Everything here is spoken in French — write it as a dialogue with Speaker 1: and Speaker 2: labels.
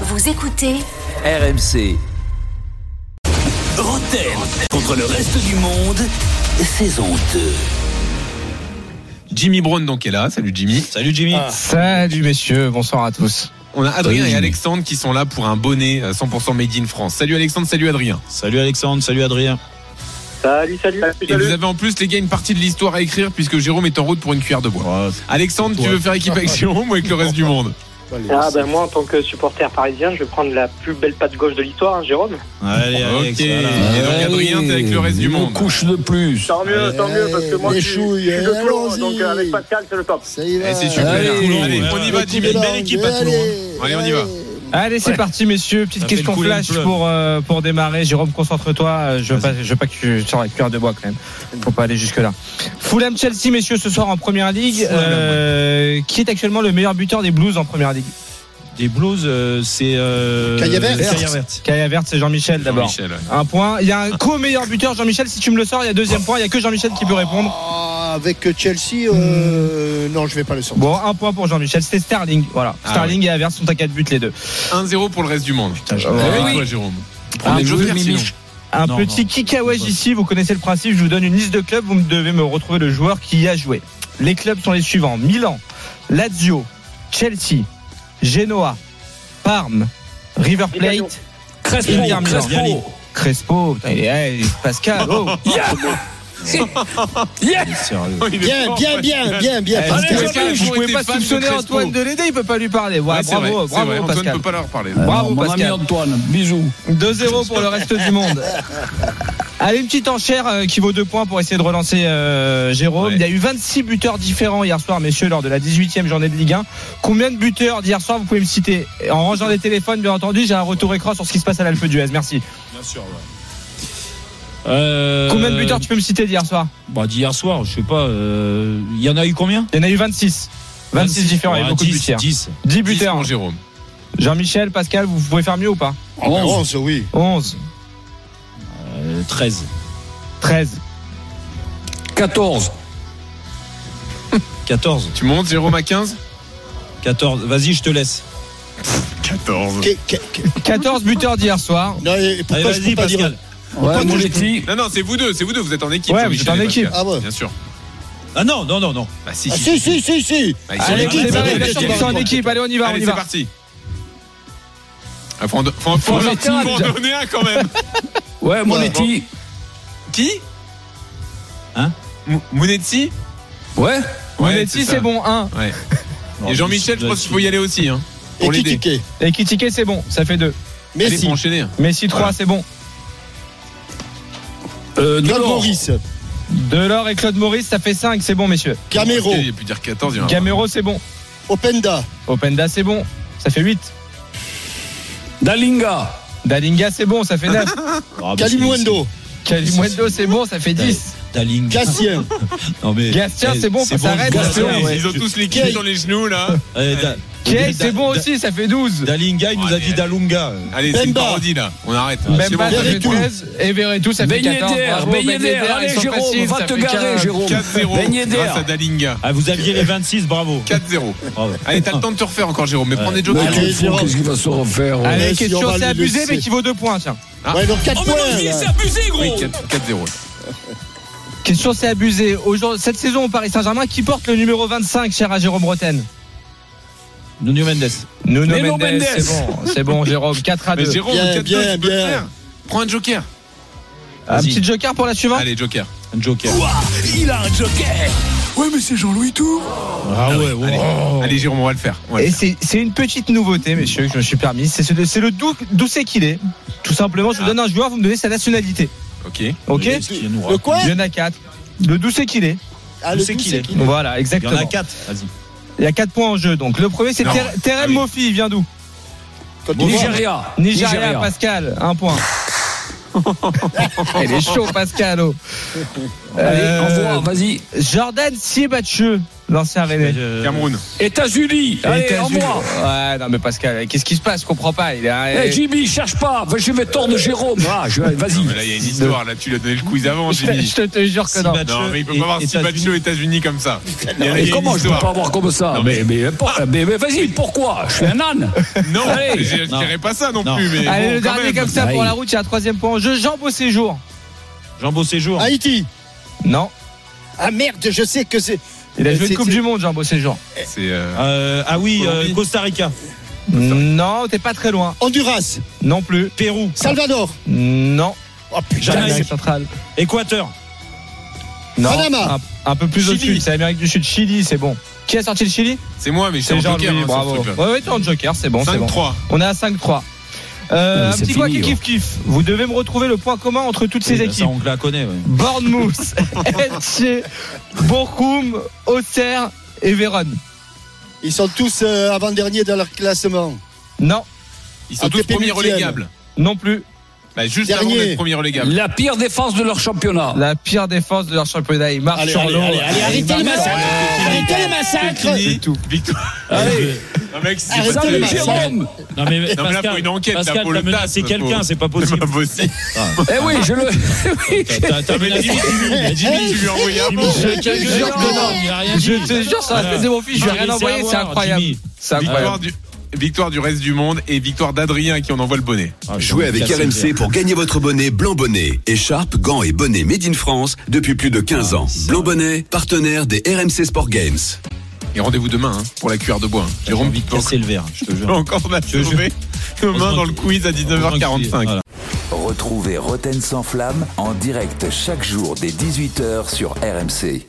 Speaker 1: Vous écoutez
Speaker 2: RMC.
Speaker 3: Roten contre le reste du monde, saison 2.
Speaker 4: Jimmy Brown donc est là. Salut Jimmy. Salut Jimmy.
Speaker 5: Ah.
Speaker 6: Salut messieurs, bonsoir à tous.
Speaker 4: On a Adrien
Speaker 6: Salut,
Speaker 4: et
Speaker 6: Jimmy.
Speaker 4: Alexandre qui sont là pour un bonnet euh, 100% made in France. Salut Alexandre, salut Adrien.
Speaker 5: Salut Alexandre, salut Adrien.
Speaker 7: Salut, salut.
Speaker 4: Et vous avez en plus les gars une partie de l'histoire à écrire puisque Jérôme est en route pour une cuillère de bois. Alexandre, tu
Speaker 6: Ouais.
Speaker 4: veux faire équipe avec Jérôme ou avec le reste du monde
Speaker 7: Ah ben moi en tant que supporter parisien, je vais prendre la plus belle patte gauche de l'histoire, hein, Jérôme.
Speaker 5: Allez,
Speaker 4: Ok.
Speaker 5: Alex, voilà.
Speaker 4: Et donc
Speaker 2: Ah
Speaker 4: Adrien, t'es avec le reste du monde.
Speaker 2: Couche de plus.
Speaker 7: Tant mieux, tant mieux, parce que moi
Speaker 8: les
Speaker 7: je suis
Speaker 8: chouilles,
Speaker 7: je suis de Toulon,
Speaker 8: allons-y.
Speaker 7: donc euh, avec Pascal c'est le top.
Speaker 8: Ça y va.
Speaker 4: Allez, Eh, c'est super.
Speaker 2: Allez,
Speaker 4: Allez, on y va
Speaker 8: Petit
Speaker 4: Jimmy.
Speaker 8: mélange,
Speaker 4: Belle équipe hein, à Toulon. Allez, on y va.
Speaker 6: Allez, c'est parti messieurs. Petite
Speaker 5: Ça fait
Speaker 6: question
Speaker 5: le coup, il
Speaker 6: flash
Speaker 5: pleut.
Speaker 6: pour, euh, pour démarrer. Jérôme, concentre-toi. Euh, Je veux pas, je veux pas que tu sors la cuillère de bois quand même. Faut pas aller jusque là. Fulham Chelsea messieurs ce soir en première ligue. Euh, qui est actuellement le meilleur buteur des Blues en première ligue
Speaker 5: Des blues, euh, c'est. Euh,
Speaker 8: Kaya Vert.
Speaker 5: Kaya Vert.
Speaker 6: Kaya Vert, c'est Jean-Michel d'abord.
Speaker 4: Jean-Michel, ouais.
Speaker 6: Un point. Il y a un co-meilleur buteur Jean-Michel. Si tu me le sors, il y a deuxième point. Il y a que Jean-Michel qui peut répondre. Hmm.
Speaker 8: Ah, avec Chelsea, euh, non, je vais pas le sortir.
Speaker 6: Bon, un point pour Jean-Michel. C'était Sterling. Voilà.
Speaker 4: Ah
Speaker 6: Sterling et Avert sont à 4 buts les deux.
Speaker 4: 1-0 pour le reste du monde.
Speaker 5: Ah
Speaker 6: Ouais.
Speaker 4: Avec toi, Jérôme. Prends
Speaker 2: Ah,
Speaker 4: les
Speaker 2: je
Speaker 4: jeux
Speaker 2: veux
Speaker 4: verts,
Speaker 2: Mimi.
Speaker 4: sinon.
Speaker 6: Un
Speaker 5: Non,
Speaker 6: petit
Speaker 5: non.
Speaker 6: kickawage ici, vous connaissez le principe, je vous donne une liste de clubs, vous me devez me retrouver le joueur qui y a joué. Les clubs sont les suivants Milan, Lazio, Chelsea, Genoa, Parme, River
Speaker 7: Milano.
Speaker 6: Plate, Inter Milan.
Speaker 5: Viali.
Speaker 6: Crespo, putain, il est- hey, Pascal, oh.
Speaker 5: Sérieux.
Speaker 4: Oh, il est
Speaker 8: Bien,
Speaker 4: fort,
Speaker 8: bien,
Speaker 4: ouais.
Speaker 8: bien, bien, bien,
Speaker 6: Eh,
Speaker 8: Pascal.
Speaker 4: Pascal, vous
Speaker 6: Pascal, je pouvais
Speaker 4: étiez
Speaker 6: pas
Speaker 4: fan de
Speaker 6: soupçonner
Speaker 4: Crespo.
Speaker 6: Antoine Delédé, il peut pas lui parler. Ouais,
Speaker 4: Ouais, c'est vrai,
Speaker 6: bravo,
Speaker 4: c'est vrai.
Speaker 6: bravo
Speaker 4: Antoine
Speaker 6: Pascal.
Speaker 4: peut pas leur parler.
Speaker 6: Bravo,
Speaker 2: mon
Speaker 6: Pascal.
Speaker 2: ami Antoine, bisous.
Speaker 6: 2-0 pour le reste du monde. Allez, une petite enchère euh, qui vaut 2 points pour essayer de relancer euh, Jérôme.
Speaker 4: Ouais.
Speaker 6: Il y a eu 26 buteurs différents hier soir, messieurs, lors de la 18e journée de Ligue 1. Combien de buteurs d'hier soir vous pouvez me citer Et En rangeant les téléphones, bien entendu, j'ai un retour écran sur ce qui se passe à l'Alpe d'Huez. Merci.
Speaker 5: Euh,
Speaker 6: Combien de buteurs tu peux me citer d'hier soir
Speaker 5: bah, D'hier soir, je sais pas. euh, Il y en a eu combien
Speaker 6: Il y en a eu 26. 26, différents, il y a
Speaker 5: Ouais,
Speaker 6: beaucoup de
Speaker 5: 10,
Speaker 6: buteurs.
Speaker 5: 10.
Speaker 6: 10
Speaker 4: Buteur.
Speaker 6: buteurs.
Speaker 4: Jérôme.
Speaker 6: Jean-Michel, Pascal, vous pouvez faire mieux ou pas
Speaker 8: Ah, ben, onze, oui.
Speaker 6: 11,
Speaker 5: Euh, 13,
Speaker 6: 13,
Speaker 2: 14.
Speaker 5: 14,
Speaker 4: Tu montes Jérôme à 15
Speaker 5: 14. Vas-y, je te laisse.
Speaker 4: 14.
Speaker 8: Qu'est- qu'est- qu'est-
Speaker 6: 14 buteurs d'hier soir.
Speaker 8: Non, et
Speaker 5: Allez,
Speaker 8: pourquoi je
Speaker 5: vas-y,
Speaker 8: peux pas dire
Speaker 5: Pascal.
Speaker 2: Ouais,
Speaker 8: Pourquoi
Speaker 2: mon
Speaker 8: tu-
Speaker 2: petit.
Speaker 4: Non, non, c'est vous deux, c'est vous deux, vous êtes en équipe.
Speaker 6: Ouais,
Speaker 4: Jean-Michel
Speaker 6: vous êtes en
Speaker 4: et Pascal.
Speaker 6: équipe.
Speaker 8: Ah ouais.
Speaker 4: Bien sûr.
Speaker 5: Ah non, non, non, non.
Speaker 4: Bah si,
Speaker 8: Ah,
Speaker 4: si,
Speaker 8: si, si, si, si.
Speaker 4: Bah, ils sont en
Speaker 6: Allez,
Speaker 4: équipe,
Speaker 6: c'est
Speaker 4: ils sont en
Speaker 6: parti,
Speaker 4: équipe.
Speaker 6: bien sûr qu'ils sont en équipe. Allez, on y va, on
Speaker 4: Allez,
Speaker 6: y
Speaker 4: c'est
Speaker 6: va.
Speaker 4: parti. Ah, faut en, faut- faut en-
Speaker 2: Faut en
Speaker 4: faut en
Speaker 2: sortir un.
Speaker 4: donner un quand même.
Speaker 2: Ouais, mon
Speaker 8: Ouais.
Speaker 2: petit.
Speaker 4: Qui
Speaker 5: Hein
Speaker 4: Mou- Mounetzi
Speaker 2: Ouais.
Speaker 6: Monetti, c'est bon, 1.
Speaker 4: Ouais.
Speaker 5: Non,
Speaker 4: Et Jean-Michel, je pense qu'il faut y aller aussi. Hein,
Speaker 8: Et
Speaker 4: pour
Speaker 8: qui
Speaker 4: l'aider.
Speaker 8: tiquait
Speaker 6: Et Kitike, c'est bon, ça fait 2.
Speaker 4: Allez,
Speaker 8: Messi.
Speaker 4: pour enchaîner.
Speaker 6: Messi 3,
Speaker 4: Voilà.
Speaker 6: c'est bon.
Speaker 2: Euh,
Speaker 8: Claude
Speaker 2: Delors.
Speaker 8: Maurice.
Speaker 6: Delors et Claude Maurice, ça fait 5, c'est bon, messieurs.
Speaker 8: Camero.
Speaker 4: Il a pu dire 14. il y en a un.
Speaker 6: Camero, c'est bon.
Speaker 8: Openda.
Speaker 6: Ah, Openda, c'est bon. Ça fait 8.
Speaker 2: Dalinga.
Speaker 6: Dalinga, c'est bon, ça fait 9.
Speaker 5: Ah, mais c'est-
Speaker 8: Calimundo.
Speaker 6: Kalimundo, c'est bon, ça fait 10.
Speaker 5: c'est Daling.
Speaker 8: Cassien.
Speaker 5: Non, mais-
Speaker 6: Gastien,
Speaker 5: Eh,
Speaker 6: c'est bon, ça s'arrête,
Speaker 5: Gastien,
Speaker 6: Gastien, ouais.
Speaker 4: Ils ont tous les kills dans les genoux là.
Speaker 5: Eh, Da-
Speaker 6: Kay, c'est
Speaker 5: Da-
Speaker 6: bon
Speaker 5: Da-
Speaker 6: aussi, ça fait 12.
Speaker 5: Dalinga, il nous a
Speaker 4: Allez,
Speaker 5: dit Dalunga.
Speaker 4: Allez, c'est une
Speaker 8: Bemba.
Speaker 4: parodie là. On arrête. C'est
Speaker 6: Même
Speaker 4: bon,
Speaker 6: pas, ça fait
Speaker 8: Verretou.
Speaker 6: 13. Et Verretou, ça fait 14.
Speaker 2: Beignéder,
Speaker 6: Bravo,
Speaker 2: Beignéder.
Speaker 6: Beignéder, ils
Speaker 2: Allez,
Speaker 6: sont
Speaker 2: Jérôme,
Speaker 6: faciles,
Speaker 2: va
Speaker 6: ça
Speaker 2: te
Speaker 6: fait
Speaker 2: garer,
Speaker 6: 15.
Speaker 2: Jérôme.
Speaker 6: Ben
Speaker 4: 4-0
Speaker 2: Beignéder.
Speaker 4: grâce à Dalinga.
Speaker 5: Ah, vous aviez les 26, bravo.
Speaker 4: 4-0.
Speaker 5: Bravo.
Speaker 4: Allez, t'as le temps de te refaire encore, Jérôme, mais prends des
Speaker 2: Mais
Speaker 4: jokers.
Speaker 8: Allez,
Speaker 2: quel fou,
Speaker 8: Jérôme.
Speaker 2: Qu'est-ce qu'il va se refaire oh, ouais.
Speaker 6: Allez,
Speaker 8: Messi, on
Speaker 6: question,
Speaker 8: va
Speaker 6: c'est
Speaker 8: le
Speaker 6: abusé,
Speaker 8: laisser.
Speaker 6: mais qui vaut 2 points, tiens.
Speaker 4: Ah.
Speaker 8: Ouais, donc
Speaker 2: Oh,
Speaker 8: 4 points. là.
Speaker 4: Oui, 4-0.
Speaker 6: Question, c'est abusé. Aujourd'hui, cette saison au Paris Saint-Germain, qui porte le numéro 25, cher à Jérôme Roten
Speaker 5: Nuno Mendes.
Speaker 6: Nuno
Speaker 2: Nuno
Speaker 6: Mendes.
Speaker 2: Mendes.
Speaker 6: C'est bon, c'est bon, Jérôme. 4 à 2.
Speaker 4: Mais Jérôme,
Speaker 8: Bien,
Speaker 4: 4-2, tu
Speaker 8: bien,
Speaker 4: peux le
Speaker 8: bien.
Speaker 4: faire. Prends un joker.
Speaker 6: Un
Speaker 5: Vas-y.
Speaker 6: petit joker pour la suivante
Speaker 4: Allez, joker.
Speaker 5: Un joker.
Speaker 3: Il a un joker
Speaker 2: Ouais, mais c'est Jean-Louis Tour.
Speaker 5: Ah ouais, ouais.
Speaker 4: Allez, Jérôme, on va le faire. On va le
Speaker 6: Et
Speaker 4: faire.
Speaker 6: c'est c'est une petite nouveauté, messieurs, que je me suis permis. C'est ce de- c'est le d'où d'où c'est qu'il est. Tout simplement, je vous donne un joueur, vous me donnez sa nationalité.
Speaker 4: Ok.
Speaker 6: Ok
Speaker 5: Qu'est-ce qu'il nous
Speaker 8: Le
Speaker 5: raconte
Speaker 8: quoi
Speaker 6: Il y en a quatre. Le d'où c'est qu'il est.
Speaker 8: Ah,
Speaker 5: Où c'est qu'il est
Speaker 8: qui
Speaker 6: Voilà,
Speaker 5: Il y en
Speaker 6: exactement.
Speaker 5: a 4. Vas-y.
Speaker 6: Il y a quatre points en jeu. Donc le premier, c'est
Speaker 4: Non.
Speaker 6: Ter- Terem
Speaker 4: Ah oui.
Speaker 6: Mofi. Il vient d'où
Speaker 8: Côte d'Ivoire.
Speaker 2: Nigeria.
Speaker 6: Nigeria, Pascal. Un point. Il est chaud, Pascal. oh.
Speaker 2: Allez,
Speaker 6: Euh,
Speaker 2: envoie, vas-y.
Speaker 6: Jordan Siebatcheux. l'ancien René.
Speaker 5: Euh,
Speaker 4: Cameroun.
Speaker 2: États-Unis, allez, en
Speaker 6: États-Unis.
Speaker 2: moi.
Speaker 6: Ouais, non, mais Pascal, qu'est-ce qui se passe Je comprends pas. Il est-
Speaker 2: Eh, Jimmy, cherche pas. Je vais tordre Jérôme. Ah, je- Vas-y.
Speaker 4: Mais là, il y a une histoire. Là, tu lui as donné le quiz avant,
Speaker 6: je, te, je
Speaker 4: Jimmy.
Speaker 6: te- te jure que
Speaker 5: Si
Speaker 6: non.
Speaker 5: Batcheux
Speaker 4: Non, mais il peut
Speaker 5: et-
Speaker 4: pas avoir six
Speaker 5: États-Unis.
Speaker 4: matchs aux États-Unis comme ça. Il y a- il
Speaker 2: Mais
Speaker 4: y a
Speaker 2: Eh, comment
Speaker 4: une
Speaker 2: je peux
Speaker 4: histoire.
Speaker 2: pas avoir comme ça
Speaker 4: Non, Ah.
Speaker 2: mais... Mais, pas- mais- mais vas-y, pourquoi Je suis un âne
Speaker 4: Non,
Speaker 2: Allez.
Speaker 4: je je
Speaker 5: Non.
Speaker 4: dirais pas ça non,
Speaker 5: Non.
Speaker 4: plus. Mais
Speaker 6: Allez,
Speaker 4: bon,
Speaker 6: le
Speaker 4: quand
Speaker 6: dernier
Speaker 4: même.
Speaker 6: comme ça pour
Speaker 2: Aïe.
Speaker 6: la route, il y a un troisième point en jeu. Jean Beau Séjour.
Speaker 5: Jean Beau Séjour.
Speaker 8: Haïti.
Speaker 6: Non.
Speaker 8: Ah merde, je sais que c'est.
Speaker 6: Il a joué
Speaker 8: C'est-
Speaker 6: une Coupe
Speaker 8: c'est-
Speaker 6: du Monde, Jean Beau Séjour.
Speaker 4: C'est euh,
Speaker 5: Euh, ah oui, euh,
Speaker 4: Colombie.
Speaker 5: Costa Rica.
Speaker 6: Non, t'es pas très loin.
Speaker 8: Honduras,
Speaker 6: Non plus.
Speaker 5: Pérou.
Speaker 8: Salvador.
Speaker 6: Non.
Speaker 8: Oh putain.
Speaker 5: Jamaïque.
Speaker 6: Amérique centrale.
Speaker 5: Équateur.
Speaker 6: Non.
Speaker 8: Panama.
Speaker 6: Un, un peu plus au
Speaker 5: Chili.
Speaker 6: sud, c'est Amérique du Sud. Chili, c'est bon. Qui a sorti le Chili
Speaker 4: c'est moi, mais c'est un
Speaker 6: Jean-Louis,
Speaker 4: joker. hein, sur
Speaker 6: bravo.
Speaker 4: ce truc-là.
Speaker 6: Ouais, ouais, t'es en joker, c'est bon, c'est bon.
Speaker 4: 5-3.
Speaker 6: On est à 5-3. Euh,
Speaker 2: mais
Speaker 6: un
Speaker 2: c'est
Speaker 6: petit quoi qui
Speaker 2: fini, hein.
Speaker 6: kiff kiff. Vous devez me retrouver le point commun entre toutes ces
Speaker 5: Ça,
Speaker 6: équipes.
Speaker 5: on la connaît. ouais.
Speaker 6: Bournemouth, Elche, Bochum, Auxerre et Vérone.
Speaker 8: Ils sont tous euh, avant-derniers dans leur classement.
Speaker 6: Non,
Speaker 4: Ils sont
Speaker 8: Ah,
Speaker 4: tous
Speaker 8: t'es
Speaker 4: premiers
Speaker 8: pénultième.
Speaker 4: relégables.
Speaker 6: non plus.
Speaker 4: Bah, juste
Speaker 8: Dernier.
Speaker 4: avant d'être premier relégable.
Speaker 2: La pire défense de leur championnat.
Speaker 6: La pire défense de leur championnat. Ils marchent
Speaker 8: Allez,
Speaker 6: sur
Speaker 8: allez,
Speaker 6: l'eau.
Speaker 8: allez, allez,
Speaker 6: Ils
Speaker 8: arrêtez le
Speaker 6: marchent-
Speaker 8: massacre. Arrêtez le massacre.
Speaker 4: Fini. Victoire.
Speaker 2: Allez,
Speaker 4: Ah, mec, c'est
Speaker 8: Arrêtez
Speaker 4: pas
Speaker 8: les
Speaker 2: salut
Speaker 8: matchs.
Speaker 4: possible.
Speaker 2: Jérôme
Speaker 5: Non mais,
Speaker 4: Non, mais là, faut une enquête. là,
Speaker 5: Pascal,
Speaker 4: pour
Speaker 5: t'as
Speaker 4: le tas,
Speaker 5: menacé quelqu'un, c'est pas possible.
Speaker 4: pas possible.
Speaker 2: Eh oui, je le...
Speaker 5: T'as t'as menacé Jimmy, il a dit
Speaker 4: Jimmy, tu lui as envoyé un mot.
Speaker 6: Je te
Speaker 5: Jimmy,
Speaker 6: jure que non.
Speaker 5: il a rien dit.
Speaker 6: Je te jure sur la
Speaker 5: Voilà.
Speaker 6: tête de mon fils, je lui ai
Speaker 5: Non,
Speaker 6: rien
Speaker 5: laissez
Speaker 6: envoyé, c'est
Speaker 5: avoir,
Speaker 6: incroyable.
Speaker 5: Jimmy.
Speaker 6: C'est
Speaker 4: Victoire
Speaker 6: incroyable.
Speaker 4: du, victoire du reste du monde et victoire d'Adrien qui en envoie le bonnet.
Speaker 5: Ah,
Speaker 1: Jouez avec
Speaker 5: Cassez-
Speaker 1: RMC pour gagner votre bonnet blanc bonnet, écharpe, gants et bonnet made in France depuis plus de 15 ans. Blanc bonnet, partenaire des RMC Sport Games.
Speaker 4: Et rendez-vous demain hein, pour la cuillère de bois. hein.
Speaker 5: J'ai
Speaker 4: Jérôme
Speaker 5: envie de
Speaker 4: Victor.
Speaker 5: casser le verre, je te jure.
Speaker 4: Encore la
Speaker 5: Je- je-
Speaker 4: sauver. Demain dans le quiz à 19h45.
Speaker 5: Voilà.
Speaker 3: Retrouvez Roten sans flamme en direct chaque jour dès 18h sur RMC.